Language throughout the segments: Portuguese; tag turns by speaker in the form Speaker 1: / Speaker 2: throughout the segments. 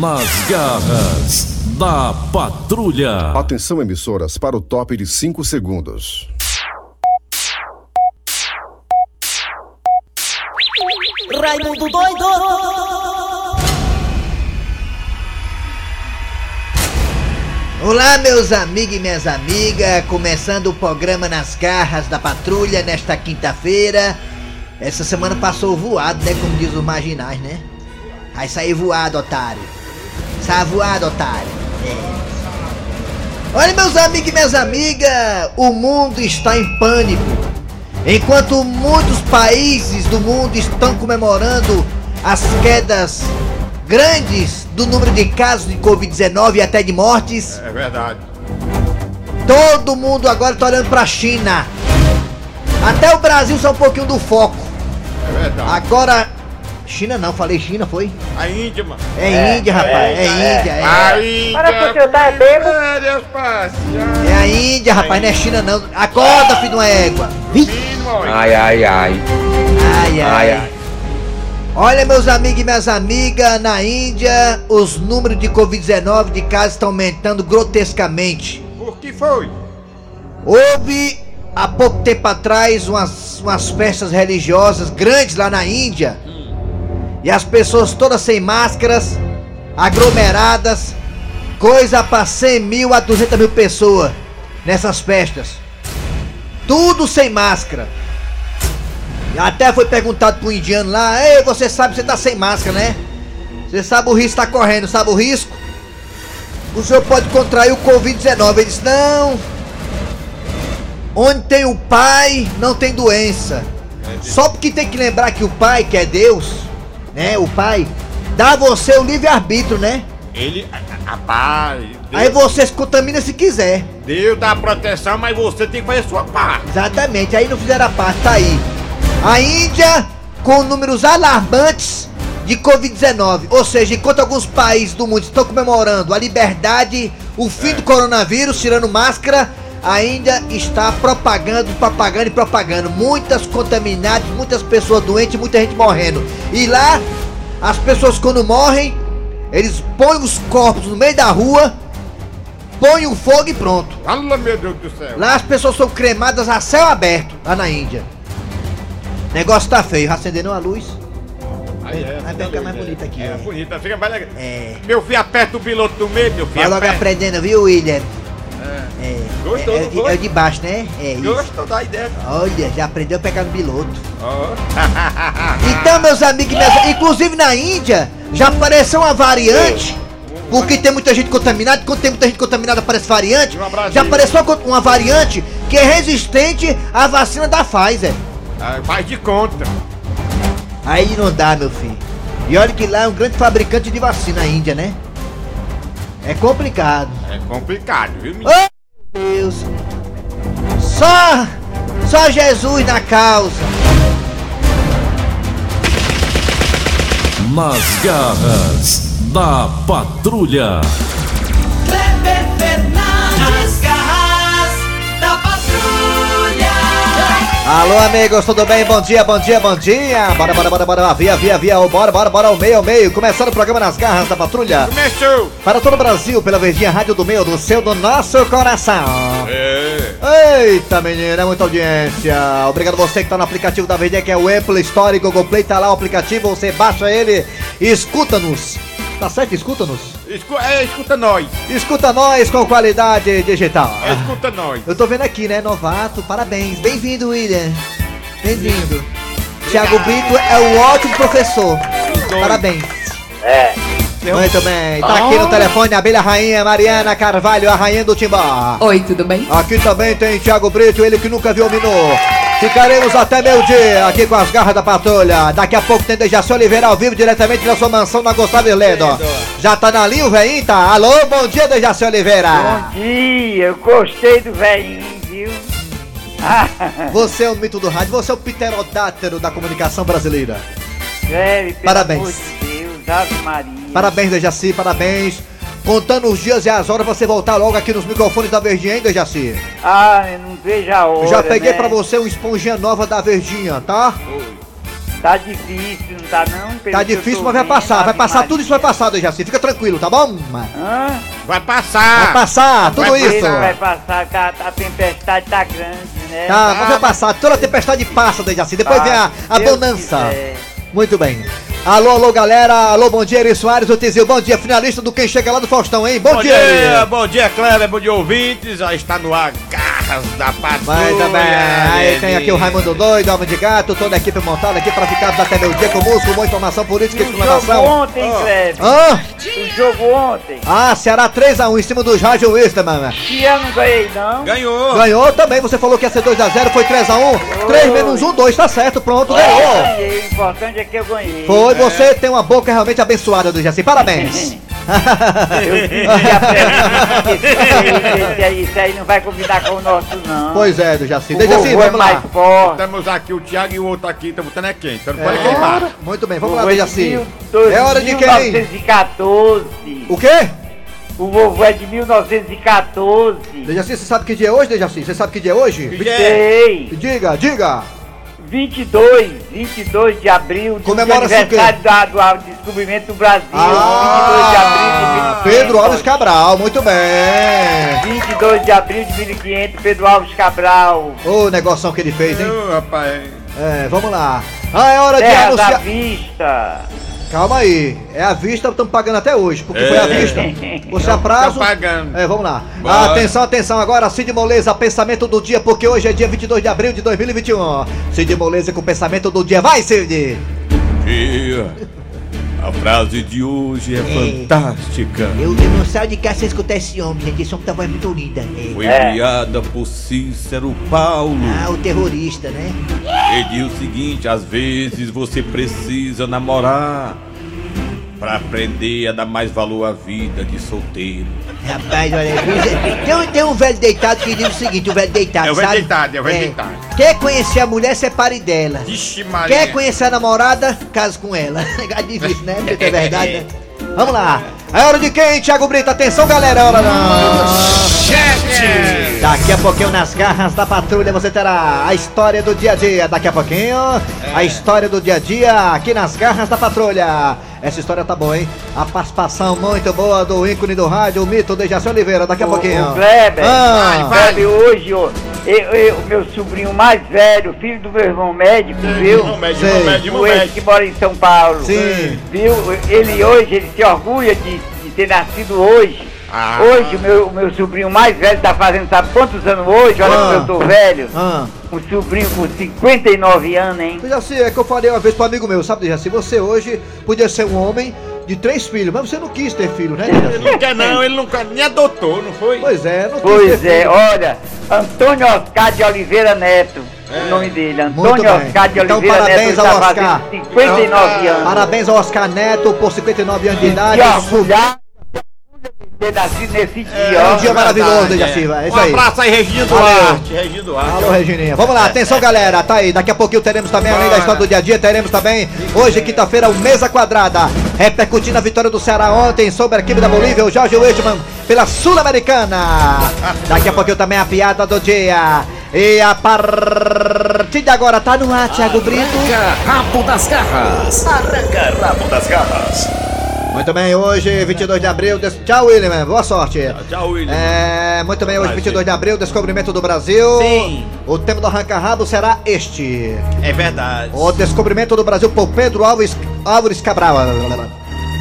Speaker 1: Nas garras da patrulha.
Speaker 2: Atenção, emissoras, para o top de 5 segundos.
Speaker 3: Raimundo doido!
Speaker 4: Olá, meus amigos e minhas amigas, começando o programa Nas Garras da Patrulha nesta quinta-feira. Essa semana passou voado, né? Como diz os marginais, né? Aí saiu voado, otário. Sai voado, otário. É. Olha, meus amigos e minhas amigas, o mundo está em pânico. Enquanto muitos países do mundo estão comemorando as quedas grandes do número de casos de Covid-19 e até de mortes.
Speaker 5: É verdade.
Speaker 4: Todo mundo agora tá olhando pra China. Até o Brasil só um pouquinho do foco.
Speaker 5: É verdade.
Speaker 4: Ah. Agora. China não, falei China, foi?
Speaker 5: A Índia, mano.
Speaker 4: É, Índia, rapaz. É, Índia, é.
Speaker 5: A Índia.
Speaker 6: Para que o senhor tá bêbado.
Speaker 5: Férias parciais.
Speaker 4: É a Índia, rapaz, não é China não. Acorda, filho de uma égua. Ih,
Speaker 5: Mínimo,
Speaker 4: Ah.
Speaker 5: ó.
Speaker 7: Ai, ai, ai.
Speaker 4: Ai, ai.
Speaker 7: Ai, ai.
Speaker 4: Olha, meus amigos e minhas amigas, na Índia, os números de Covid-19 de casos estão aumentando grotescamente.
Speaker 5: Por que foi?
Speaker 4: Houve há pouco tempo atrás umas, umas festas religiosas grandes lá na Índia. E as pessoas todas sem máscaras, aglomeradas, coisa pra 100 mil a 200 mil pessoas nessas festas. Tudo sem máscara. E Até foi perguntado pro indiano lá: Ei, você sabe que você tá sem máscara, né? Você sabe o risco que tá correndo, sabe o risco? O senhor pode contrair o Covid-19. Ele disse: Não, Onde tem o pai, não tem doença. Só porque tem que lembrar que o pai, que é Deus, né? O pai, dá a você o livre-arbítrio, né?
Speaker 5: Ele. Rapaz.
Speaker 4: Aí você se contamina se quiser.
Speaker 5: Deus dá proteção, mas você tem que fazer sua parte.
Speaker 4: Exatamente, aí não fizeram a parte, tá aí. A Índia com números alarmantes de Covid-19. Ou seja, enquanto alguns países do mundo estão comemorando a liberdade, o fim do coronavírus, tirando máscara, a Índia está propagando, propagando e propagando. Muitas contaminadas, muitas pessoas doentes, muita gente morrendo. E lá, as pessoas quando morrem, eles põem os corpos no meio da rua, põem o fogo e pronto.
Speaker 5: Fala, meu Deus do céu.
Speaker 4: Lá as pessoas são cremadas a céu aberto, lá na Índia. Negócio tá feio, acenderam a luz.
Speaker 5: Aí é,
Speaker 4: Vai
Speaker 5: fica
Speaker 4: pegar
Speaker 5: doido,
Speaker 4: mais
Speaker 5: é.
Speaker 4: bonito aqui,
Speaker 5: É,
Speaker 4: ó.
Speaker 5: bonita, fica mais legal.
Speaker 4: É.
Speaker 5: Meu filho, aperta o piloto do meio, meu filho.
Speaker 4: Vai logo
Speaker 5: aperta.
Speaker 4: aprendendo, viu, William?
Speaker 5: É.
Speaker 4: É.
Speaker 5: Gostou,
Speaker 4: é, é,
Speaker 5: não
Speaker 4: o de-
Speaker 5: foi?
Speaker 4: é o de baixo, né? É isso.
Speaker 5: Gostou da ideia.
Speaker 4: Olha, já aprendeu a pegar no piloto.
Speaker 5: Ó.
Speaker 4: Então, meus amigos, e minhas... inclusive na Índia, já apareceu uma variante. Porque tem muita gente contaminada, e quando tem muita gente contaminada aparece variante.
Speaker 5: Uma Brasília.
Speaker 4: Já apareceu uma co- uma variante que é resistente à vacina da Pfizer.
Speaker 5: Ah, Faz de conta.
Speaker 4: Aí não dá, meu filho. E olha que lá é um grande fabricante de vacina a Índia, né? É complicado.
Speaker 5: É complicado, viu, menino?
Speaker 4: Oh, Deus. Só, só Jesus na causa.
Speaker 1: Nas garras da patrulha.
Speaker 3: Kleber Fernandes, garras da patrulha.
Speaker 4: Alô, amigos, tudo bem? Bom dia, bom dia, bom dia. Bora, bora, bora, bora, via, via, via, oh, bora, bora, bora, ao meio, ao meio. Começando o programa nas garras da patrulha.
Speaker 5: Começou.
Speaker 4: Para todo o Brasil, pela Verdinha Rádio do Meio, do seu, do nosso coração.
Speaker 5: É.
Speaker 4: Eita, menina, muita audiência. Obrigado você que tá no aplicativo da VD, que é o Apple Store e Google Play. Tá lá o aplicativo, você baixa ele e escuta-nos. Tá certo? Escuta-nos.
Speaker 5: Escu- é, escuta nós.
Speaker 4: Escuta nós com qualidade digital.
Speaker 5: É, escuta nós.
Speaker 4: Eu tô vendo aqui, né, novato, parabéns. Bem-vindo, William. Bem-vindo. Tiago Brito é um ótimo professor. Parabéns. É. Muito bem. Tá aqui no telefone a abelha rainha Mariana Carvalho, a rainha do Timbó.
Speaker 8: Oi, tudo bem?
Speaker 4: Aqui também tem Thiago Brito, ele que nunca viu Minô. Ficaremos até meio-dia aqui com as garras da patrulha. Daqui a pouco tem Dejaci Oliveira ao vivo diretamente da sua mansão na Gustavo Ledo. Já tá na linha o velhinho, tá? Alô, bom dia, Dejaci Oliveira.
Speaker 6: Bom dia, eu gostei do velhinho, viu? Ah,
Speaker 4: Você é o mito do rádio, você é o pterodátero da comunicação brasileira.
Speaker 6: velho, pelo
Speaker 4: Parabéns.
Speaker 6: amor de Deus, Ave Maria.
Speaker 4: Parabéns, Dejaci, parabéns. Contando os dias e as horas, você voltar logo aqui nos microfones da Verdinha, hein, Dejaci?
Speaker 6: Ah, eu não vejo a hora,
Speaker 4: Eu já peguei
Speaker 6: né?
Speaker 4: pra você uma esponjinha nova da Verdinha, tá?
Speaker 6: Tá difícil, não tá não? Pelo
Speaker 4: Tá
Speaker 6: que eu
Speaker 4: difícil,
Speaker 6: tô
Speaker 4: mas vai
Speaker 6: vendo,
Speaker 4: passar. Vai
Speaker 6: Ave
Speaker 4: passar tudo
Speaker 6: Maria.
Speaker 4: isso, vai passar, Dona Jaci. Fica tranquilo, tá bom? Vai
Speaker 6: Hã?
Speaker 5: Vai passar.
Speaker 4: passar, tudo
Speaker 5: Ah, vai
Speaker 4: isso.
Speaker 6: Ele vai passar, que a, a tempestade tá grande, né?
Speaker 4: Tá, mas vai passar. Toda a tempestade passa, Dona Jaci. Depois vem a, a
Speaker 6: Deus
Speaker 4: bonança.
Speaker 6: quiser.
Speaker 4: Muito bem. Alô, alô, galera. Alô, bom dia, Eri Soares, o Tizil. Bom dia, finalista do Quem Chega Lá do Faustão, hein? Bom,
Speaker 5: Bom
Speaker 4: dia.
Speaker 5: dia, bom dia, Kleber, bom dia, ouvintes. Já está no ar, Garras da Patrulha.
Speaker 4: Mas também, aí tem aqui o
Speaker 5: neném.
Speaker 4: Raimundo Doido, Alma de Gato, toda a equipe montada aqui pra ficarmos até meu dia com música, boa informação política e
Speaker 6: E o Um jogo
Speaker 4: explanação.
Speaker 6: ontem,
Speaker 5: Ó.
Speaker 6: Kleber.
Speaker 4: Hã?
Speaker 6: O jogo ontem.
Speaker 4: Ah, Ceará 3x1 em cima do Rádio Wisterman. né?
Speaker 6: Que eu não ganhei, não.
Speaker 5: Ganhou.
Speaker 4: Ganhou também, você falou que ia ser 2x0, foi 3x1. 3 menos 1, 2, tá certo, pronto,
Speaker 6: Eu
Speaker 4: ganhou.
Speaker 6: ganhei, o importante é que eu ganhei.
Speaker 4: Foi, você tem uma boca realmente abençoada do Jaci, parabéns.
Speaker 6: Eu fiz a pergunta, esse- esse aí- Isso aí não vai combinar com o nosso, não.
Speaker 4: pois é, do Jaci.
Speaker 6: o
Speaker 4: Deixa assim,
Speaker 6: vovô é
Speaker 4: vamos
Speaker 6: mais
Speaker 4: lá.
Speaker 6: forte.
Speaker 5: Temos aqui o Thiago e o outro aqui, tá botando é quente, então não pode queimar.
Speaker 4: É, muito bem, vamos lá, do Jaci. É hora de quem?
Speaker 6: 1914.
Speaker 4: O quê?
Speaker 6: O vovô é de 1914.
Speaker 4: Dejaci, você sabe que dia é hoje, Dejaci? Você sabe que dia é hoje?
Speaker 6: Sei.
Speaker 4: Diga, diga.
Speaker 6: 22, 22 de abril do
Speaker 4: Comemora-se o quê?
Speaker 6: aniversário da- do, do descobrimento do Brasil. 22 de
Speaker 4: Ah,
Speaker 6: abril de
Speaker 4: Pedro Alves
Speaker 6: 1500.
Speaker 4: Cabral, muito bem.
Speaker 6: 22 de abril de 1500, Pedro Alves Cabral.
Speaker 4: Ô, negoção que ele fez, hein?
Speaker 5: Ô, rapaz.
Speaker 4: É, vamos lá. Ah, é hora de
Speaker 6: Terra da
Speaker 4: anunciar.
Speaker 6: Vista.
Speaker 4: Calma aí. É a vista, estamos pagando até hoje, porque foi
Speaker 6: É.
Speaker 4: a vista. Você
Speaker 6: Tá
Speaker 4: aprazo.
Speaker 5: Tão pagando.
Speaker 4: É, vamos lá.
Speaker 5: Bora.
Speaker 4: Atenção, atenção agora, Cid Moleza, pensamento do dia, porque hoje é dia 22 de abril de 2021. Cid Moleza com o pensamento do dia. Vai, Cid!
Speaker 5: Dia. A frase de hoje é fantástica.
Speaker 4: Eu não saio de casa sem escutar esse homem, gente. Esse homem tá voz muito linda.
Speaker 5: Foi
Speaker 6: É.
Speaker 5: enviada por Cícero Paulo.
Speaker 4: Ah, o terrorista, né?
Speaker 5: Ele diz o seguinte: às vezes você precisa namorar pra aprender a dar mais valor à vida de solteiro.
Speaker 4: Rapaz, olha, tem, tem um velho deitado que diz o seguinte, o velho deitado,
Speaker 5: É o velho
Speaker 4: sabe?
Speaker 5: deitado, é o velho deitado.
Speaker 4: Quer conhecer a mulher, separe dela.
Speaker 5: Vixe,
Speaker 4: Quer conhecer a namorada, case com ela. É difícil, né? Porque é verdade, né? Vamos lá. É hora de quem, Thiago Brito? Atenção, galera. é Hora da... Daqui a pouquinho, nas garras da patrulha, você terá a história do dia a dia. Daqui a pouquinho, a história do dia a dia aqui nas garras da patrulha. Essa história tá boa, hein? A participação muito boa do ícone do rádio, o mito de Jaci Oliveira. Daqui a
Speaker 6: O-
Speaker 4: pouquinho.
Speaker 6: O Kleber,
Speaker 4: Ah.
Speaker 6: vai, vai. hoje, ó, eu- eu- o meu sobrinho mais velho, filho do meu irmão médico, viu?
Speaker 5: Irmão médico,
Speaker 4: Sei.
Speaker 5: irmão médico,
Speaker 6: O
Speaker 5: irmão
Speaker 6: ele
Speaker 5: médico.
Speaker 6: que mora em São Paulo.
Speaker 4: Sim.
Speaker 6: Viu? Ele hoje, ele se orgulha de, de ter nascido hoje.
Speaker 5: Ah.
Speaker 6: Hoje o meu, o meu sobrinho mais velho tá fazendo sabe quantos anos hoje? Olha
Speaker 4: Ah.
Speaker 6: como eu tô velho.
Speaker 4: Ah.
Speaker 6: Um sobrinho com 59 anos, hein?
Speaker 4: Ô, Jaci, é que eu falei uma vez pro amigo meu, sabe, Jaci? Você hoje podia ser um homem de três filhos, mas você não quis ter filho, né, Jaci?
Speaker 5: Ele não quer, não, ele não quer, nem adotou, não foi?
Speaker 4: Pois é, não quis ter
Speaker 6: Pois é,
Speaker 4: filho.
Speaker 6: olha, Antônio Oscar de Oliveira Neto, o nome dele,
Speaker 4: Muito
Speaker 6: Antônio
Speaker 4: bem.
Speaker 6: Oscar de
Speaker 4: Então,
Speaker 6: Oliveira
Speaker 4: parabéns
Speaker 6: Neto,
Speaker 4: ao
Speaker 6: está
Speaker 4: Oscar.
Speaker 6: fazendo 59 anos.
Speaker 4: Parabéns ao Oscar Neto por 59 anos de idade.
Speaker 6: Que orgulhar de ter nascido nesse dia,
Speaker 4: é
Speaker 6: ó.
Speaker 4: um dia maravilhoso,
Speaker 5: Verdade,
Speaker 4: Dejaci, é isso
Speaker 5: um
Speaker 4: aí.
Speaker 5: abraço aí, Regina
Speaker 4: Valeu.
Speaker 5: Duarte. Regina Duarte.
Speaker 4: Alô, Regininha. Vamos lá, atenção, galera. Tá aí, daqui a pouquinho teremos também, além da história do dia a dia, teremos também, hoje, quinta-feira, o Mesa Quadrada. Repercutindo a vitória do Ceará ontem sobre a equipe da Bolívia, o Jorge Weidman, pela Sul-Americana. Daqui a pouquinho também a piada do dia. E a partir de agora, tá no ar, Thiago Brito.
Speaker 1: Rabo das garras. Arranca rabo das garras.
Speaker 4: Muito bem, hoje, 22 de abril. des- Tchau, William. Boa sorte.
Speaker 5: Tchau, William.
Speaker 4: É, muito bem, hoje,
Speaker 5: Prazer.
Speaker 4: 22 de abril, descobrimento do Brasil.
Speaker 5: Sim.
Speaker 4: O tema do arranca-rabo será este:
Speaker 5: É verdade.
Speaker 4: O descobrimento do Brasil por Pedro Alves, Álvares Cabral.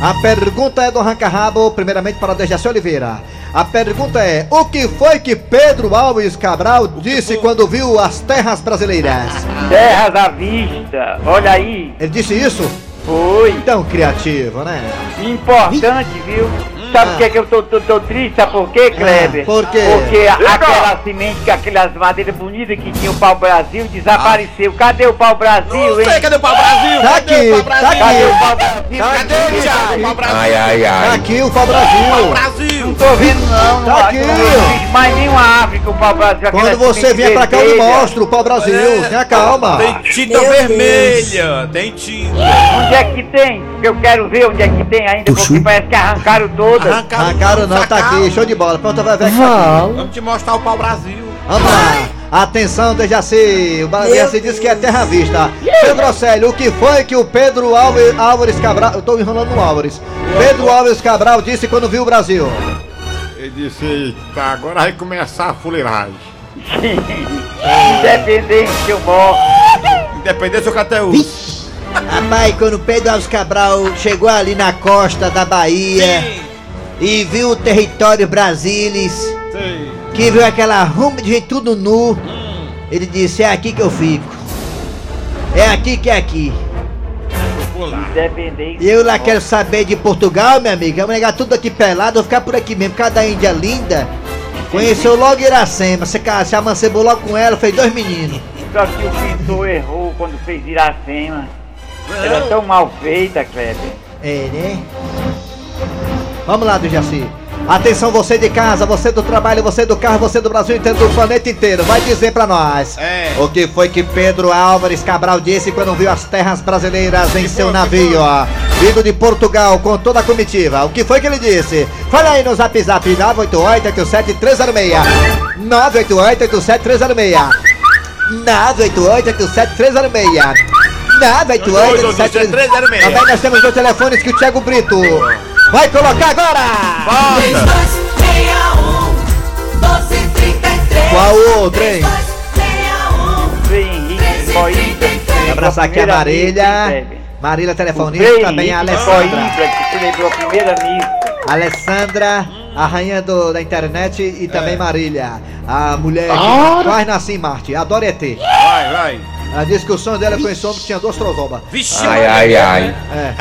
Speaker 4: A pergunta é do arranca-rabo, primeiramente para Dejaci Oliveira. A pergunta é: O que foi que Pedro Alves Cabral disse quando viu as terras brasileiras?
Speaker 6: Terra da Vista, olha aí,
Speaker 4: Ele disse isso?
Speaker 6: foi.
Speaker 4: Tão criativo, né?
Speaker 6: Importante, viu? Sabe por que, que eu tô, tô- tô triste? Sabe por quê,
Speaker 4: Hum,
Speaker 6: Kleber?
Speaker 4: é. por quê?
Speaker 6: Porque aquela semente, que aquelas madeiras bonitas que tinha o
Speaker 4: Ah.
Speaker 6: pau-brasil desapareceu. Cadê o pau-brasil, hein?
Speaker 5: cadê o pau Brasil?
Speaker 4: Tá
Speaker 5: Cadê o
Speaker 4: aqui,
Speaker 5: pau
Speaker 4: tá
Speaker 5: Brasil?
Speaker 6: Cadê o
Speaker 4: aqui.
Speaker 6: pau-brasil?
Speaker 5: Cadê o Thiago? Pau Brasil?
Speaker 4: Tá aqui o Pau Brasil.
Speaker 5: Pau Brasil.
Speaker 6: Não tô vendo, não.
Speaker 4: Tá
Speaker 6: não-
Speaker 4: aqui.
Speaker 6: Não existe mais nenhuma árvore com o pau-brasil.
Speaker 4: Quando você vier pra cá, eu lhe mostro o pau-brasil. Tenha calma.
Speaker 5: Tem tinta É. vermelha. Tem tinta.
Speaker 6: Onde é que tem? Porque eu quero ver onde é que tem ainda, porque parece que arrancaram todas.
Speaker 4: tá Ah, cara, não, tá aqui. Show de bola. Pronto, vai ver. que tá aqui.
Speaker 5: Vamos te mostrar o pau Brasil.
Speaker 4: Vamos lá. Atenção, Dejaci. O Dejaci disse que é terra à vista. Pedro Océlio, o que foi que o Pedro Alves, Álvares Cabral. Eu tô enrolando o Álvares. Pedro Álvares Cabral disse quando viu o Brasil.
Speaker 7: Ele disse, tá, agora vai começar a fuleiragem.
Speaker 6: Independente eu morro.
Speaker 5: Independência ou Cateus?
Speaker 4: Rapaz, quando Pedro Alves Cabral chegou ali na costa da Bahia e viu o território Brasilis, que viu aquela rumba de gente tudo nu, ele disse: É aqui que eu fico. É aqui que é aqui.
Speaker 6: Independente.
Speaker 4: E eu lá quero saber de Portugal, minha amiga. Eu vou negar tudo aqui pelado, vou ficar por aqui mesmo. Cada índia linda. Conheceu logo Iracema, se, ca- se amancebou logo com ela, fez dois meninos.
Speaker 6: Só que o pintor errou quando fez Iracema. Ela é tão mal feita, Kleber.
Speaker 4: É, né? Vamos lá, do Jaci. Atenção, você de casa, você do trabalho, você do carro, você do Brasil inteiro, do planeta inteiro. Vai dizer pra nós.
Speaker 5: É.
Speaker 4: O que foi que Pedro Álvares Cabral disse quando viu as terras brasileiras em seu navio, ó? Vindo de Portugal com toda a comitiva. O que foi que ele disse? Fala aí no zap zap 988-87-306. 988-87-306. 988-87-306. 988-87-306. Também nós temos dois telefones que o Thiago Brito vai colocar agora!
Speaker 3: 3261 1233
Speaker 4: Qual outro, hein?
Speaker 3: 3261
Speaker 6: Frei Henrique, Coimbra.
Speaker 4: Abraçar aqui a
Speaker 6: Primeira missa,
Speaker 4: Marília.
Speaker 6: Kleber.
Speaker 4: Marília
Speaker 6: Frei
Speaker 4: telefonista, também a
Speaker 6: Henrique
Speaker 4: Alessandra.
Speaker 6: Coimbra, que celebrou a primeira missa.
Speaker 4: Alessandra, a rainha do- da internet e também Marília. A mulher que
Speaker 7: Ora!
Speaker 4: quase nasci em Marte, adora ET.
Speaker 5: Vai, vai.
Speaker 4: Ela disse que o sonho dela com esse homem que tinha duas trozombas.
Speaker 8: Vixe, ai, ai, ai.
Speaker 4: É.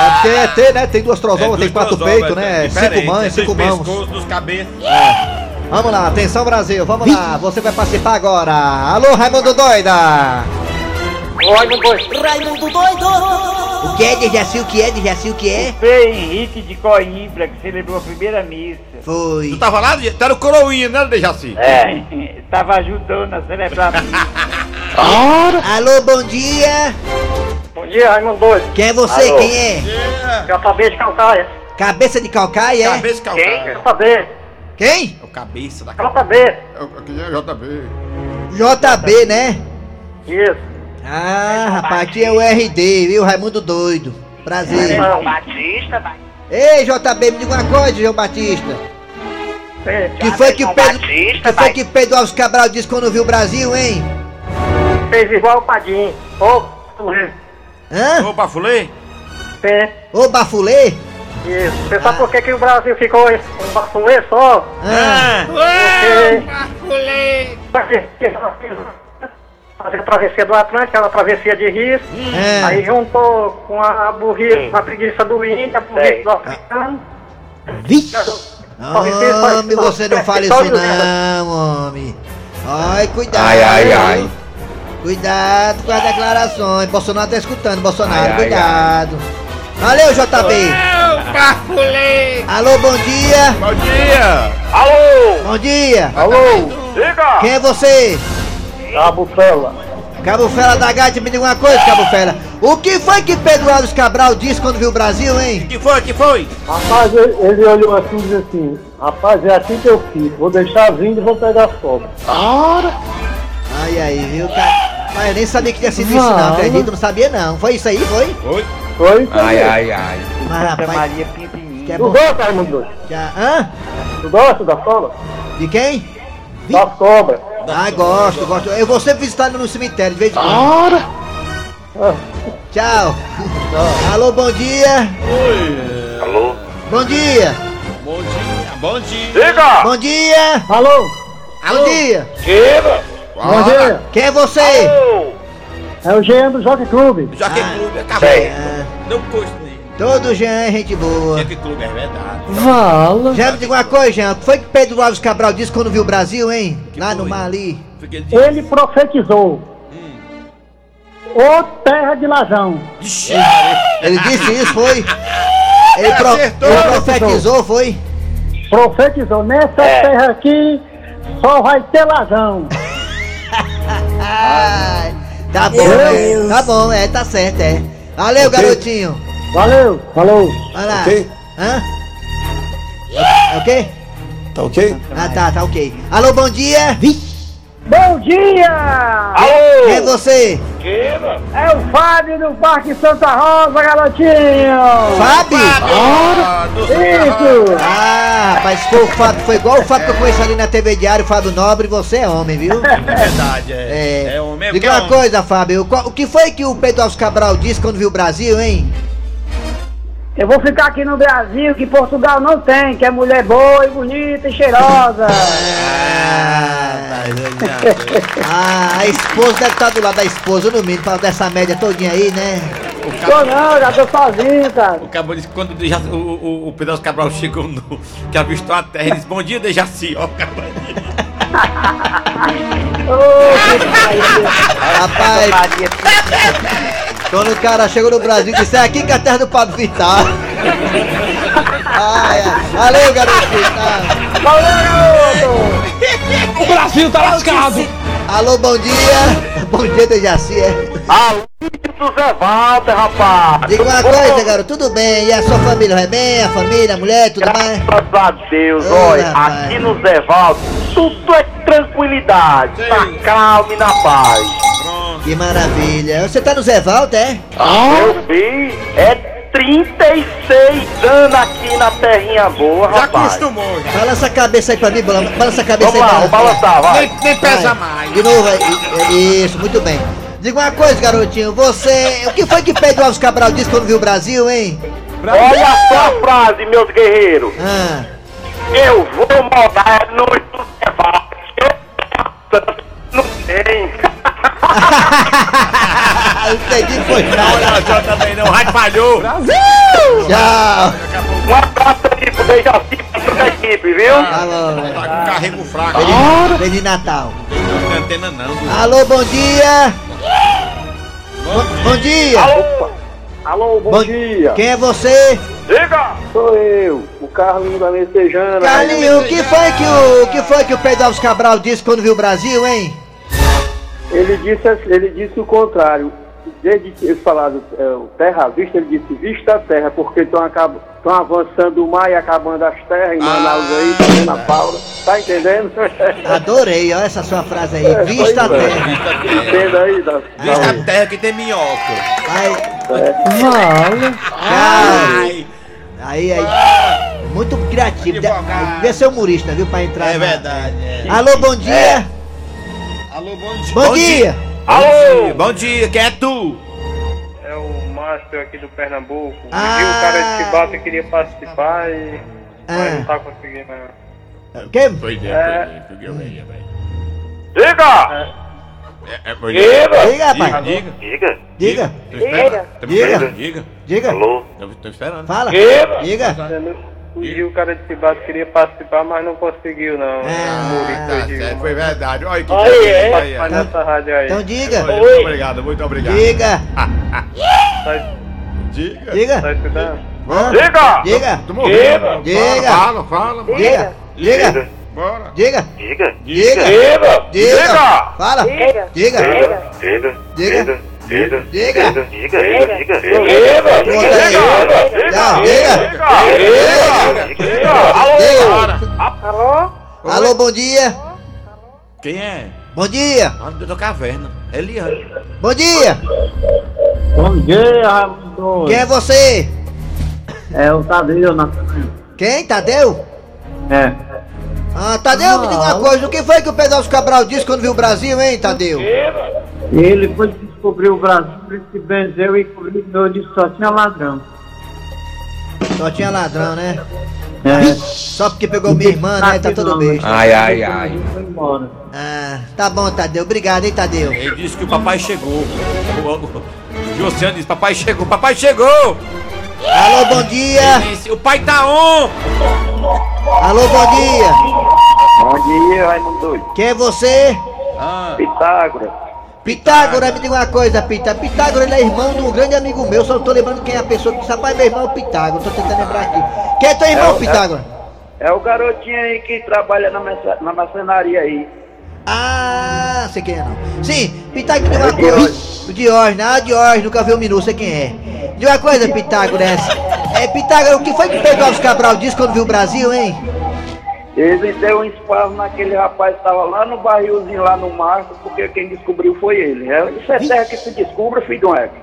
Speaker 4: É porque ET, né? Tem duas trozombas, tem quatro peitos,
Speaker 5: é
Speaker 4: né? Cinco mãos, cinco mãos.
Speaker 5: dos cabeças.
Speaker 4: Vamos lá, atenção Brasil, vamos lá, você vai participar agora. Alô, Raimundo Doida!
Speaker 6: Olha, o
Speaker 3: Raimundo doido
Speaker 4: O que é, Dejaci? O que é, Dejaci? O que é?
Speaker 6: Frei Henrique de Coimbra, que celebrou a primeira missa.
Speaker 4: Foi.
Speaker 5: Tu tava lá? Tu era o coroinha, né, Dejaci?
Speaker 6: É, estava ajudando a celebrar a missa.
Speaker 4: Alô, bom dia!
Speaker 6: Bom dia, Raimundo Doido.
Speaker 4: Quem é você?
Speaker 6: Alô.
Speaker 4: Quem é?
Speaker 6: Quero saber de calcaia.
Speaker 4: Cabeça de calcaia, é?
Speaker 5: Cabeça calcada.
Speaker 6: saber.
Speaker 4: Quem?
Speaker 5: É o cabeça da
Speaker 6: Quero saber.
Speaker 7: Eu, eu queria JB.
Speaker 4: JB, né?
Speaker 6: Isso.
Speaker 4: Ah, rapaz, aqui é o RD, viu? Raimundo Doido. Prazer.
Speaker 6: Batista, vai.
Speaker 4: Ei, JB, me diga uma coisa, João Batista. Que foi que Pedro, que foi que Pedro Alves Cabral disse quando viu o Brasil, hein?
Speaker 6: Fez igual o Padim. Ô,
Speaker 4: Hã?
Speaker 5: Opa, fulei?
Speaker 4: Ô, Bafulê?
Speaker 6: Isso. Você sabe por que, que o Brasil ficou em- um bafulê só?
Speaker 5: Ah.
Speaker 4: Hã?
Speaker 6: um Fazer a travessia do Atlântico, era uma travessia de risco.
Speaker 4: É.
Speaker 6: Aí juntou com a, a burrice, com a preguiça do índio, a burrice do africano.
Speaker 4: Vixe! Homem, você não fala isso não, homem. Ai, cuidado.
Speaker 8: Ai, ai, ai.
Speaker 4: Cuidado com as declarações. Bolsonaro tá escutando, Bolsonaro,
Speaker 8: Ai, ai,
Speaker 4: cuidado. Valeu, JB. Alô, bom dia.
Speaker 5: Bom dia!
Speaker 6: Alô!
Speaker 4: Bom dia.
Speaker 6: Alô! Diga!
Speaker 4: Quem é você?
Speaker 6: Cabo Fela.
Speaker 4: Cabo Fela da Gade, me diga uma coisa, Cabo Fela. O que foi que Pedro Alves Cabral disse quando viu o Brasil, hein?
Speaker 5: Que foi, que foi?
Speaker 9: Rapaz, ele, ele olhou assim e disse assim, rapaz, é aqui que eu fico, vou deixar vindo e vou pegar fogo.
Speaker 4: Ai, ai, viu, cara? Mas eu nem sabia que tinha sido isso, não, acredito, não sabia não. Foi isso aí, foi?
Speaker 5: Foi?
Speaker 9: Foi?
Speaker 8: Ai, ai, ai.
Speaker 4: Mas, rapaz,
Speaker 6: Maria Pimpininha.
Speaker 4: que é
Speaker 9: Tu
Speaker 4: bom.
Speaker 9: gosta, Raimundo? Doido?
Speaker 4: que a- Hã?
Speaker 9: Tu gosta da sombra?
Speaker 4: De quem?
Speaker 9: Das cobras.
Speaker 4: Ah, gosto, gosto. Eu vou sempre visitar no cemitério de vez em quando. Tchau. Alô, bom dia. Alô. Bom dia.
Speaker 5: Bom dia, bom dia.
Speaker 6: Diga!
Speaker 4: Bom dia.
Speaker 9: Alô?
Speaker 4: Bom dia.
Speaker 6: Diga!
Speaker 9: Bom dia,
Speaker 4: Quem é você?
Speaker 9: é o GM do Jockey Clube.
Speaker 5: Já que clube, acabou.
Speaker 4: Ah,
Speaker 5: Não custa nem.
Speaker 4: todo Jean é gente boa.
Speaker 5: Já que clube, é verdade.
Speaker 9: Vala.
Speaker 4: Já me diga uma coisa, Jean. O que foi que Pedro Alves Cabral disse quando viu o Brasil, hein? Lá no
Speaker 5: foi?
Speaker 4: Mali.
Speaker 5: Fiquei de...
Speaker 9: Ele profetizou. Ô terra de lajão.
Speaker 4: Ele disse isso, foi? Ele, pro-
Speaker 5: Acertou,
Speaker 4: ele profetizou, foi?
Speaker 9: Profetizou, nessa terra aqui só vai ter lajão.
Speaker 4: Ai, tá bom,
Speaker 9: Meu
Speaker 4: é,
Speaker 9: Deus.
Speaker 4: tá bom, é, tá certo, é. Valeu, garotinho.
Speaker 9: Valeu, falou.
Speaker 4: Vai lá.
Speaker 10: Ok.
Speaker 4: Hã? É o quê?
Speaker 10: Tá ok?
Speaker 4: Ah, tá, tá ok. Alô, bom dia.
Speaker 9: Bom dia!
Speaker 4: Quem é você?
Speaker 9: É o Fábio do Parque Santa Rosa, garotinho!
Speaker 4: Fábio?
Speaker 6: Ah.
Speaker 9: Isso!
Speaker 4: Ah, rapaz, foi o Fábio, foi igual o Fábio que eu conheço ali na TV Diário, Fábio Nobre, você é homem, viu?
Speaker 5: Verdade,
Speaker 4: É.
Speaker 5: É homem,
Speaker 4: Diga
Speaker 5: é porque é
Speaker 4: uma
Speaker 5: homem.
Speaker 4: coisa, Fábio, qual- o que foi que o Pedro Alves Cabral disse quando viu o Brasil, hein?
Speaker 9: Eu vou ficar aqui no Brasil, que Portugal não tem, que é mulher boa e bonita e cheirosa.
Speaker 4: Ah, ah, a esposa deve estar do lado da esposa, no mínimo, pra dessa média todinha aí, né?
Speaker 9: Tô não, já tô sozinho, cara.
Speaker 5: O Cabo disse que quando o Dejaci- o, o, o Pedro Cabral chegou no. que avistou a terra, ele disse: Bom dia, Dejaci, ó, o Cabo.
Speaker 9: Ô, que pariu.
Speaker 4: Rapaz,
Speaker 6: Maria,
Speaker 4: quando o cara chegou no Brasil, disse, é aqui que é a terra do Pablo Vittar. Ai, ai. Valeu, garotinho. tá?
Speaker 9: Valeu, garoto!
Speaker 1: O Brasil tá lascado!
Speaker 4: Alô, bom dia. Bom dia, Dejaci, é.
Speaker 6: Alô, do Zé Walter, rapaz!
Speaker 4: Diga uma
Speaker 6: Ô,
Speaker 4: coisa, garoto, tudo bem? E a sua família, vai bem? A família, a mulher, tudo mais?
Speaker 6: Graças a Deus,
Speaker 4: Ô,
Speaker 6: olha,
Speaker 4: rapaz.
Speaker 6: aqui no Zé Walter, tudo é tranquilidade, na calma e na paz.
Speaker 4: Que maravilha. Você tá no Zé Valdo, é?
Speaker 6: Meu filho, é 36 anos aqui na terrinha boa,
Speaker 5: Já
Speaker 6: rapaz.
Speaker 5: acostumou, já.
Speaker 4: Balança a cabeça aí pra mim, balan- balança a cabeça
Speaker 6: Vamos
Speaker 4: aí
Speaker 6: lá,
Speaker 4: pra
Speaker 6: vamos balançar, vai.
Speaker 5: Nem, nem
Speaker 4: É.
Speaker 5: pesa mais.
Speaker 4: De novo, aí. É, isso, muito bem. Diga uma coisa, garotinho, você. O que foi que Pedro Alves Cabral disse quando viu o Brasil, hein?
Speaker 6: Olha só a frase, meus guerreiros.
Speaker 4: Ah,
Speaker 6: Eu vou morar no Zé Walter. Não tem.
Speaker 4: eu entendi, foi nada.
Speaker 5: Olha só também não, raimpalhou.
Speaker 4: Tchau.
Speaker 6: Um abraço aí pro Dejaci pra toda a equipe, viu?
Speaker 4: Alô,
Speaker 5: Tá com carrego fraco.
Speaker 4: feliz Natal.
Speaker 5: Não tem antena, não. do-
Speaker 4: Alô, bom dia. Bo- Bom dia.
Speaker 9: Opa. Alô, bom,
Speaker 4: Bom-
Speaker 9: dia.
Speaker 4: Quem é você?
Speaker 6: Diga!
Speaker 9: Sou eu, o Carlinho da Messejana.
Speaker 4: Carlinho, o que foi que o, o que foi que o Pedro Alves Cabral disse quando viu o Brasil, hein?
Speaker 9: Ele disse, assim- ele disse o contrário. Desde que eles falaram é, o terra à vista, ele disse vista a terra, porque estão avançando o mar e acabando as terras em Manaus aí, também na Paula. Tá entendendo?
Speaker 4: Tá Adorei, ó, essa sua frase aí. Vista a
Speaker 9: Pois é.
Speaker 4: terra.
Speaker 9: Entenda aí, da,
Speaker 5: Diz a terra que tem minhoca.
Speaker 4: Vai. Vale.
Speaker 5: Ai.
Speaker 4: Aí, aí. Muito criativo. De-
Speaker 5: Advogado.
Speaker 4: Devia ser humorista, viu, pra entrar.
Speaker 5: Tá É
Speaker 4: na-
Speaker 5: verdade. é.
Speaker 4: Alô, bom dia.
Speaker 5: Alô, bom dia.
Speaker 4: Bom dia.
Speaker 5: Alô. Bom dia, quem é tu?
Speaker 9: É o Master aqui do Pernambuco.
Speaker 4: Ah. Viu o cara de Chibata
Speaker 9: queria participar e
Speaker 4: mas Ah. não
Speaker 9: tá conseguindo.
Speaker 4: Quem?
Speaker 5: Foi
Speaker 4: É.
Speaker 5: ideia, foi ideia,
Speaker 6: Diga!
Speaker 5: É, foi
Speaker 6: Diga!
Speaker 4: Diga, rapaz.
Speaker 5: Diga,
Speaker 4: Diga.
Speaker 6: Diga!
Speaker 5: Tô esperando. Tô me
Speaker 4: Diga.
Speaker 5: esperando, Diga.
Speaker 4: Diga.
Speaker 6: Alô?
Speaker 5: Tô- Tô esperando.
Speaker 4: Fala.
Speaker 6: Diga.
Speaker 4: Diga.
Speaker 9: Viu o cara de Chibata queria participar, mas não conseguiu não.
Speaker 4: Ah,
Speaker 7: É, Tá
Speaker 5: é
Speaker 7: certo, foi verdade. Olha que
Speaker 6: Aí, é.
Speaker 7: Aí, é.
Speaker 9: nessa rádio aí.
Speaker 4: Então diga.
Speaker 7: Muito obrigado, muito obrigado.
Speaker 4: Diga.
Speaker 9: Tá,
Speaker 7: Diga.
Speaker 4: Diga.
Speaker 9: escutando?
Speaker 7: Bora.
Speaker 6: Diga!
Speaker 4: Diga.
Speaker 7: Tu morreu. Fala,
Speaker 4: Diga.
Speaker 7: Fala, fala. bora.
Speaker 4: Diga. Diga.
Speaker 7: Bora.
Speaker 4: Diga.
Speaker 6: Diga!
Speaker 4: Diga.
Speaker 6: Diga!
Speaker 4: Diga. Fala.
Speaker 9: Diga.
Speaker 4: Diga.
Speaker 6: Diga!
Speaker 4: Diga. Diga.
Speaker 6: Diga! Diga!
Speaker 9: É,
Speaker 6: Diga! Diga! Diga!
Speaker 4: Diga.
Speaker 9: Alô?
Speaker 4: Alô, bom dia.
Speaker 5: Quem é?
Speaker 4: Bom dia.
Speaker 5: Ah, do da caverna. É Eliane.
Speaker 4: Bom dia.
Speaker 9: Bom dia, Ramon.
Speaker 4: Quem é você?
Speaker 9: É o Tadeu na.
Speaker 4: Quem? Tadeu?
Speaker 9: É.
Speaker 4: Ah, Tadeu, me diga uma coisa, o que foi que o Pedro Alves Cabral disse quando viu o Brasil, hein, Tadeu?
Speaker 9: Ele foi descobrir o Brasil, ele se vendeu e cobriu de só tinha ladrão.
Speaker 4: Só tinha ladrão, né?
Speaker 9: É.
Speaker 4: Só porque pegou minha irmã, né? Tá tudo bem.
Speaker 8: Ai, ai, ai.
Speaker 9: Foi embora.
Speaker 4: Ah, tá bom, Tadeu. Obrigado, hein, Tadeu.
Speaker 5: Ele disse que o papai chegou. O, o, o Josiane disse: Papai chegou, papai chegou.
Speaker 4: Alô, bom dia!
Speaker 5: Ele disse, o pai tá on.
Speaker 4: Alô, bom dia!
Speaker 9: Bom dia, Raimundo.
Speaker 4: Quem é você?
Speaker 5: Ah,
Speaker 9: Pitágoras.
Speaker 4: Pitágoras, me diga uma coisa, Pita. Pitágoras ele é irmão de um grande amigo meu, só não tô lembrando quem é a pessoa que disse, rapaz, meu irmão é o Pitágoras, tô tentando lembrar aqui. Quem é teu irmão,
Speaker 9: É o-
Speaker 4: Pitágoras?
Speaker 9: É o garotinho aí que trabalha na, merce- na marcenaria aí.
Speaker 4: Ah, sei quem é não. Sim, Pitágoras,
Speaker 9: É
Speaker 4: diga uma coisa. O Diógenes, ah, Diógenes, nunca viu um minuto, sei quem é. Diga uma coisa, Pitágoras. É, Pitágoras, o que foi que Pedro Alves Cabral disse quando viu o Brasil, hein?
Speaker 9: Ele deu um espaço naquele rapaz que estava lá no barrilzinho, lá no Marco, porque quem descobriu foi ele. É, Isso é terra que se descubra, filho de um eco.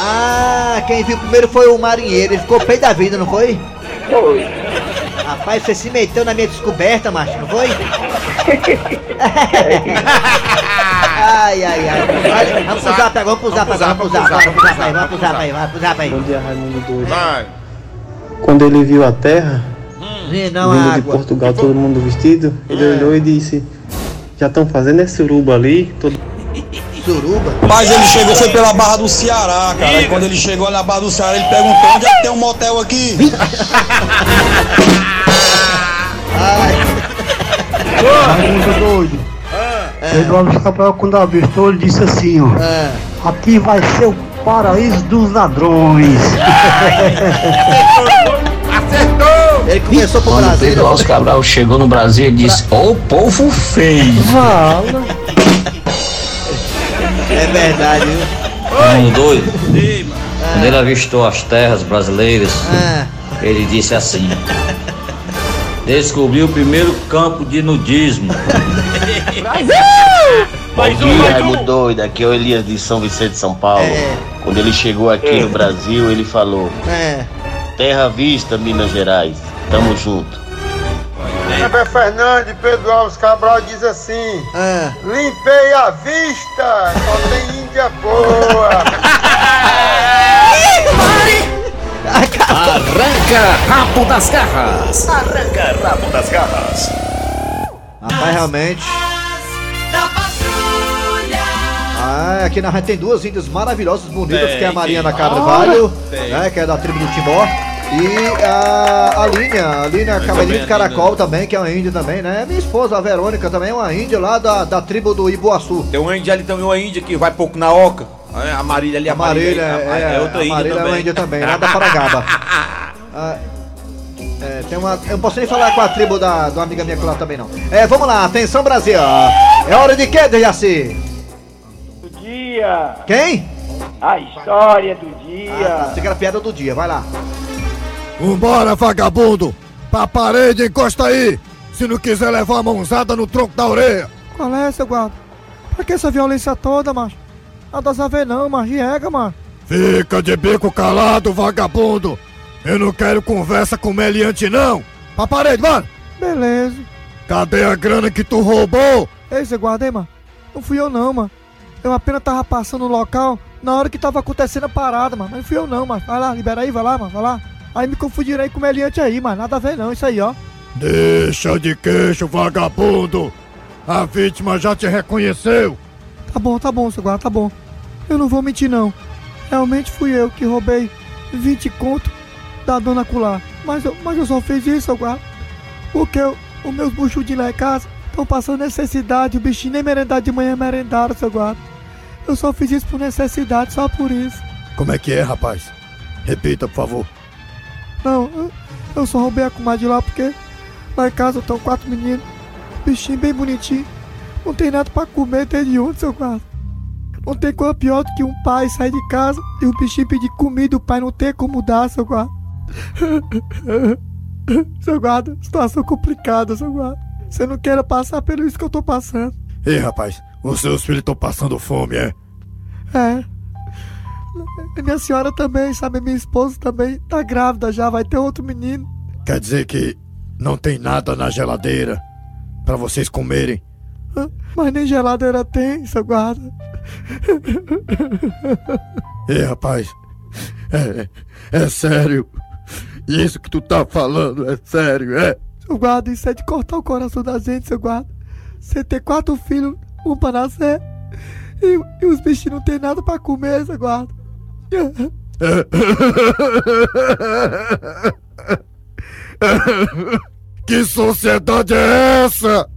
Speaker 4: Ah, quem viu primeiro foi o marinheiro. Ele ficou pé da vida, não foi?
Speaker 9: Foi.
Speaker 4: Rapaz, você se meteu na minha descoberta, macho, não foi? ai, ai, ai. Olha, Vamos pro zap agora, vamos pro zap agora, vamos pro zap, vamos pro zap aí, vamos pro zap aí, vamos pro zap aí.
Speaker 6: Bom dia, Raimundo doido.
Speaker 5: Vai.
Speaker 6: Quando ele viu a terra,
Speaker 4: Sim, não
Speaker 6: vindo
Speaker 4: a
Speaker 6: de
Speaker 4: água.
Speaker 6: Portugal, todo mundo vestido, ele olhou e disse: Já estão fazendo esse uruba ali? Todo...
Speaker 4: Suruba.
Speaker 11: Mas ele chegou, foi pela Barra do Ceará, cara. E quando ele chegou na Barra do Ceará, ele perguntou onde é que tem um motel aqui.
Speaker 6: Raimundo doido. Ele olhou para quando avistou, ele disse assim: ó,
Speaker 4: Ah,
Speaker 6: Aqui vai ser o paraíso dos ladrões.
Speaker 4: ele começou pro Brasil. não.
Speaker 11: Cabral chegou no Brasil e disse: Ô povo feio.
Speaker 4: É verdade, viu?
Speaker 11: Raimundo doido. Quando ele avistou as terras brasileiras,
Speaker 4: Ah,
Speaker 11: ele disse assim: Descobri o primeiro campo de nudismo.
Speaker 12: Mais um, mais um.
Speaker 11: doido, aqui é o Elias de São Vicente de São Paulo.
Speaker 4: É.
Speaker 11: Quando ele chegou aqui no Brasil, ele falou:
Speaker 4: é.
Speaker 11: Terra Vista, Minas Gerais, tamo junto.
Speaker 6: Kleber Fernandes, Pedro Alves Cabral diz assim:
Speaker 4: Ah,
Speaker 6: Limpei a vista, só tem Índia boa.
Speaker 12: Arranca rabo das garras. Arranca rabo das garras.
Speaker 4: rapaz, realmente.
Speaker 3: da patrulha.
Speaker 4: Ah, aqui na rádio tem duas índias maravilhosas, bonitas,
Speaker 5: Tem,
Speaker 4: que é a Mariana
Speaker 5: tem.
Speaker 4: Carvalho,
Speaker 5: Tem.
Speaker 4: né, que é da tribo do Timó, e a Alinha, Alinha Cabelinho de
Speaker 5: é
Speaker 4: Caracol também, que é uma índia também, né? Minha esposa, a Verônica, também é uma índia lá da, da tribo do Ibuaçu.
Speaker 5: Tem uma índia ali também, uma índia que vai pouco na oca. É, A Marília ali,
Speaker 4: E a Marília
Speaker 5: a-
Speaker 4: é,
Speaker 5: é outra
Speaker 4: a
Speaker 5: índia
Speaker 4: Marília é
Speaker 5: também.
Speaker 4: uma índia também, lá da Paragaba. Ah, é, tem uma, eu não posso nem falar com a tribo da, do amiga minha lá também, não. É, vamos lá, atenção Brasil. É hora de quê, Dejaci?
Speaker 13: Do dia,
Speaker 4: Quem?
Speaker 13: a história do
Speaker 4: Ah, tá,
Speaker 13: dia.
Speaker 4: você quer a piada do dia, vai lá.
Speaker 6: Vambora, vagabundo! Pra parede, encosta aí! Se não quiser levar a mãozada no tronco da orelha! Qual é, seu guarda? Pra que essa violência toda, macho? Não dá saber não, macho. Riega, macho. Fica de bico calado, vagabundo! Eu não quero conversa com meliante, não! Pra parede, mano! Beleza. Cadê a grana que tu roubou? Ei, seu guarda, mano. Não fui eu não, mano. Eu apenas tava passando no local na hora que tava acontecendo a parada, mano. Mas não fui eu não, mano. Vai lá, libera aí, vai lá, mano, vai lá. Aí me confundirei com o meliante aí, mano. Nada a ver não, isso aí, ó. Deixa de queixo, vagabundo. A vítima já te reconheceu. Tá bom, tá bom, seu guarda, tá bom. Eu não vou mentir não. Realmente fui eu que roubei 20 conto da dona Cular. Mas eu, mas eu só fiz isso, seu guarda. Porque eu, os meus buchudinhos lá em casa estão passando necessidade. O bichinho nem merendar de manhã merendaram, seu guarda. Eu só fiz isso por necessidade, só por isso. Como é que é, rapaz? Repita, por favor. Não, eu, eu só roubei a comadre lá porque lá em casa estão quatro meninos. Bichinho bem bonitinho. Não tem nada pra comer desde ontem, seu guarda. Não tem coisa pior do que um pai sair de casa e o bichinho pedir comida, o pai não ter como dar, seu guarda. Seu guarda, situação complicada, seu guarda. Você não queira passar pelo isso que eu tô passando. Ei, rapaz, os seus filhos estão passando fome, é? É. E Minha senhora também, sabe? Minha esposa também tá grávida já, vai ter outro menino. Quer dizer que não tem nada na geladeira para vocês comerem? Mas nem geladeira tem, seu guarda. Ei, rapaz. É, é sério. Isso que tu tá falando é sério, é? Seu guarda, isso é de cortar o coração da gente, seu guarda. Você tem quatro filhos, um pra nascer, e, e os bichinhos não tem nada pra comer, seu guarda. Que sociedade é essa?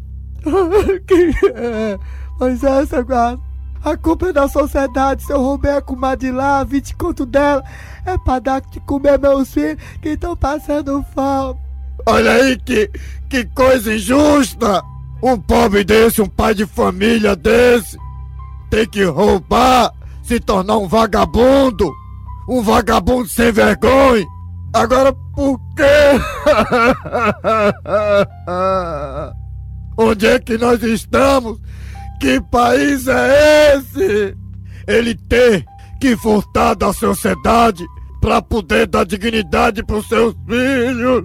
Speaker 6: que é? Pois é, seu guarda. A culpa é da sociedade. Se eu roubei a comadre lá, 20 conto dela, é pra dar de comer meus filhos que estão passando fome. Olha aí que, que coisa injusta! Um pobre desse, um pai de família desse, tem que roubar, se tornar um vagabundo! Um vagabundo sem vergonha!
Speaker 10: Agora por quê? Onde é que nós estamos? Que país é esse? Ele tem que furtar da sociedade para poder dar dignidade para os seus filhos.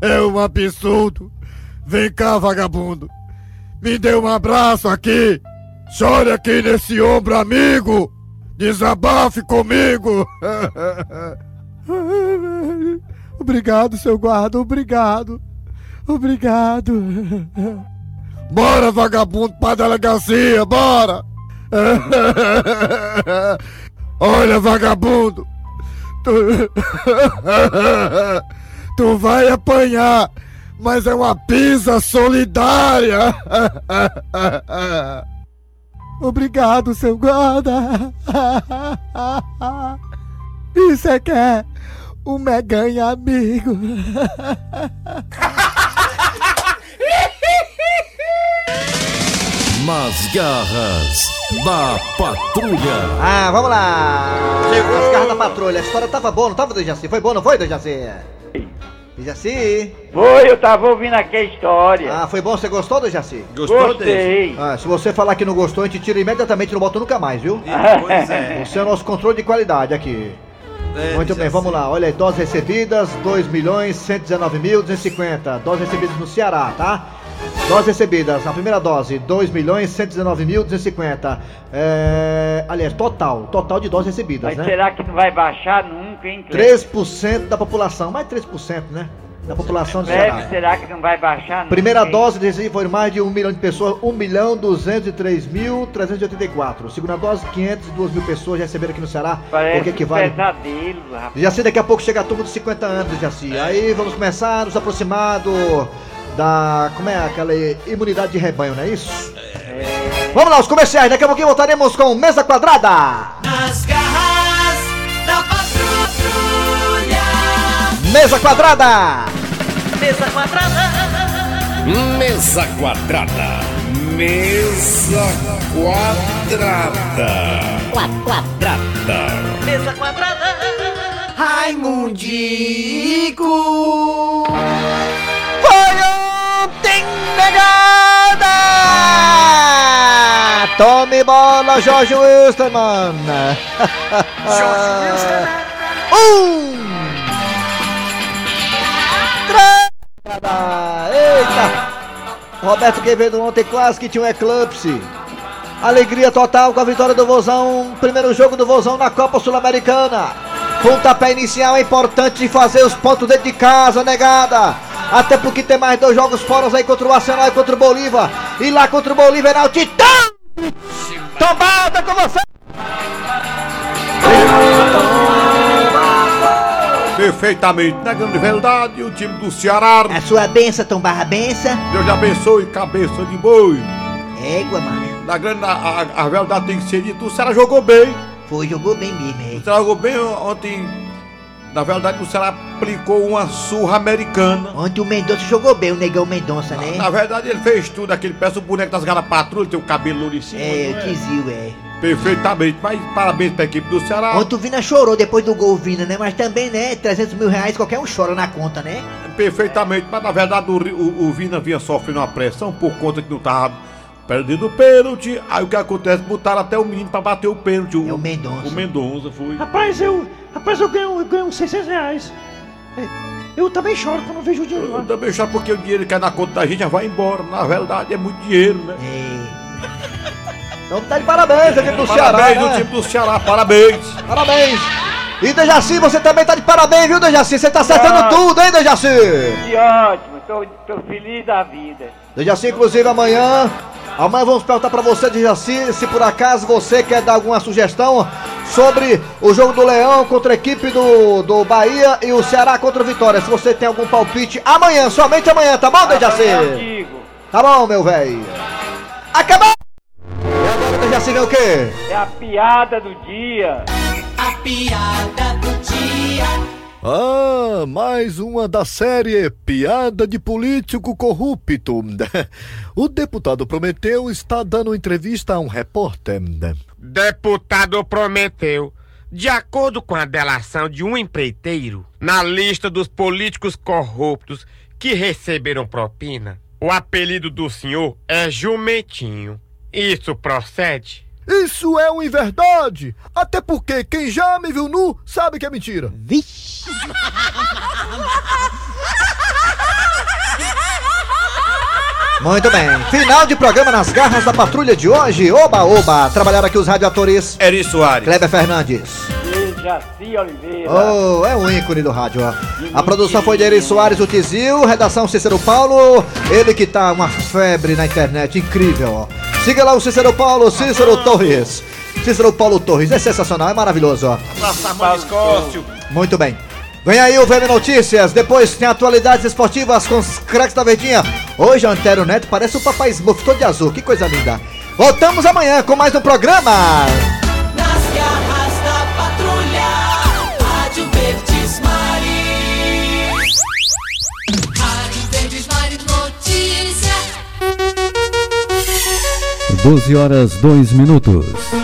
Speaker 10: É um absurdo. Vem cá, vagabundo. Me dê um abraço aqui. Chore aqui nesse ombro, amigo. Desabafe comigo. Obrigado, seu guarda, obrigado. Obrigado. Bora, vagabundo, pra delegacia, bora! Olha, vagabundo! Tu... tu vai apanhar, mas é uma pisa solidária! Obrigado, seu guarda! Isso é que é um meganha amigo!
Speaker 1: Nas garras da patrulha.
Speaker 4: Ah, vamos lá! Chegou as garras da patrulha. A história tava boa, não tava, Dejaci? Foi boa, não foi, Dejaci? Dejaci?
Speaker 9: Foi, eu tava ouvindo aqui a história.
Speaker 4: Ah, foi bom? Você gostou, Dejaci?
Speaker 9: Gostei.
Speaker 4: Ah, se você falar que não gostou, a gente tira imediatamente, não bota nunca mais, viu?
Speaker 9: Pois é.
Speaker 4: Você é o nosso controle de qualidade aqui. Muito bem, vamos lá. Olha aí, doses recebidas, 2 milhões 119.250. Doses recebidas no Ceará, tá? Doses recebidas, na primeira dose, 2 milhões 119.250. É... Aliás, total, total de doses recebidas,
Speaker 9: Mas
Speaker 4: né?
Speaker 9: será que não vai baixar nunca, hein, Cleiton?
Speaker 4: 3% da população, mais 3%, né? Da população do
Speaker 9: Deve,
Speaker 4: Ceará.
Speaker 9: será que não vai baixar nunca?
Speaker 4: Primeira
Speaker 9: hein?
Speaker 4: dose desse foi mais de 1 milhão de pessoas, 1 milhão 203.384. Segunda dose, 502 mil pessoas já receberam aqui no Ceará.
Speaker 9: Parece
Speaker 4: o que que
Speaker 9: um
Speaker 4: vale?
Speaker 9: pesadelo, rapaz.
Speaker 4: Jaci, daqui a pouco chega a turma dos 50 anos, Jaci. Aí vamos começar a nos aproximar do, da. Como é aquela aí? imunidade de rebanho, não é isso? Vamos lá, os comerciais. Daqui a pouquinho voltaremos com Mesa Quadrada.
Speaker 3: Nas garras da patrulha.
Speaker 4: Mesa Quadrada.
Speaker 3: Mesa quadrada.
Speaker 1: Mesa quadrada. Mesa quadrada. Quadrada.
Speaker 3: Mesa quadrada. Raimundico.
Speaker 4: Foi ontem, negada! Tome bola, Jorge Wilstermann! Jorge Wilstermann! Um! Três! Eita! Roberto Quevedo ontem quase que tinha um eclipse. Alegria total com a vitória do Vozão. Primeiro jogo do Vozão na Copa Sul-Americana. Pontapé inicial é importante de fazer os pontos dentro de casa, negada. Até porque tem mais dois jogos fora aí contra o Arsenal e contra o Bolívar. E lá contra o Bolívar é o Titã! Tomada com você!
Speaker 5: Perfeitamente, na grande verdade, o time do Ceará,
Speaker 4: A sua benção, Tom Barra, benção.
Speaker 5: Deus abençoe, cabeça de boi.
Speaker 4: Égua, mano.
Speaker 5: Na grande, a, a- a verdade tem que ser dita, o Ceará jogou bem.
Speaker 4: Foi, jogou bem
Speaker 5: O
Speaker 4: mesmo, é.
Speaker 5: Ceará jogou bem ontem, na verdade o Ceará aplicou uma surra americana.
Speaker 4: Ontem o Mendonça jogou bem, o negão Mendonça, né?
Speaker 5: Na verdade ele fez tudo, aquele peça o boneco das garras patrulha, tem o cabelo louro em cima. não é?
Speaker 4: Tizil, é.
Speaker 5: Perfeitamente, mas parabéns pra equipe do Ceará.
Speaker 4: Ontem o Vina chorou depois do gol, Vina, né? Mas também, né? 300 mil reais, qualquer um chora na conta, né?
Speaker 5: Perfeitamente, mas na verdade o, Ri- o- o Vina vinha sofrendo uma pressão por conta que não tava perdendo o pênalti. Aí o que acontece? Botaram até o menino pra bater o pênalti.
Speaker 4: É o Mendonça.
Speaker 5: O Mendonça foi.
Speaker 10: Rapaz, eu. Rapaz, eu ganho, eu ganho 600 reais. É, Eu também choro quando vejo o dinheiro
Speaker 5: Eu
Speaker 10: lá.
Speaker 5: também só porque o dinheiro que é na conta da gente já vai embora. Na verdade é muito dinheiro, né?
Speaker 4: É. Então tá de parabéns, equipe do
Speaker 5: parabéns
Speaker 4: Ceará.
Speaker 5: do
Speaker 4: né?
Speaker 5: time do Ceará, parabéns!
Speaker 4: Parabéns. E Dejaci, você também tá de parabéns, viu, Dejaci? Você tá acertando
Speaker 9: Ah.
Speaker 4: tudo, hein, Dejaci?
Speaker 9: Que ótimo, tô, tô feliz da vida.
Speaker 4: Dejaci, inclusive, amanhã. Amanhã vamos perguntar pra você, Dejaci, se por acaso você quer dar alguma sugestão sobre o jogo do Leão contra a equipe do, do Bahia e o Ceará contra o Vitória. Se você tem algum palpite, amanhã, somente amanhã, tá bom, Dejaci?
Speaker 9: Eu digo,
Speaker 4: Tá bom, meu velho. Acabou! E agora já se vê o quê?
Speaker 9: é a piada do dia.
Speaker 3: A piada do dia.
Speaker 10: Ah, mais uma da série Piada de Político Corrupto. O deputado Prometeu está dando entrevista a um repórter.
Speaker 14: Deputado Prometeu,
Speaker 5: De acordo com a delação de um empreiteiro, na lista dos políticos corruptos que receberam propina, o apelido do senhor é Jumentinho. Isso procede?
Speaker 15: Isso é uma inverdade! Até porque quem já me viu nu sabe que é mentira. Vixe!
Speaker 4: Muito bem. Final de programa nas garras da patrulha de hoje. Oba, oba. Trabalharam aqui os radioatores.
Speaker 16: Eri Soares.
Speaker 4: Kleber Fernandes.
Speaker 9: E Jaci Oliveira.
Speaker 4: Oh, é um ícone do rádio, ó. A produção foi de Eri Soares, o Tizil, redação Cícero Paulo, ele que tá uma febre na internet, incrível, ó. Siga lá o Cícero Paulo, Cícero Torres. Cícero Paulo Torres, é sensacional, é maravilhoso, ó.
Speaker 16: Samuel Escócio.
Speaker 4: Muito bem. Vem aí o VM Notícias, depois tem atualidades esportivas com os craques da Verdinha. Hoje Antero Neto parece o papai Smurf todo de azul, que coisa linda. Voltamos amanhã com mais um programa.
Speaker 3: Nas garras da patrulha, Rádio Verdes Maris. Rádio Verdes Maris Notícia.
Speaker 17: 12 horas 2 minutos.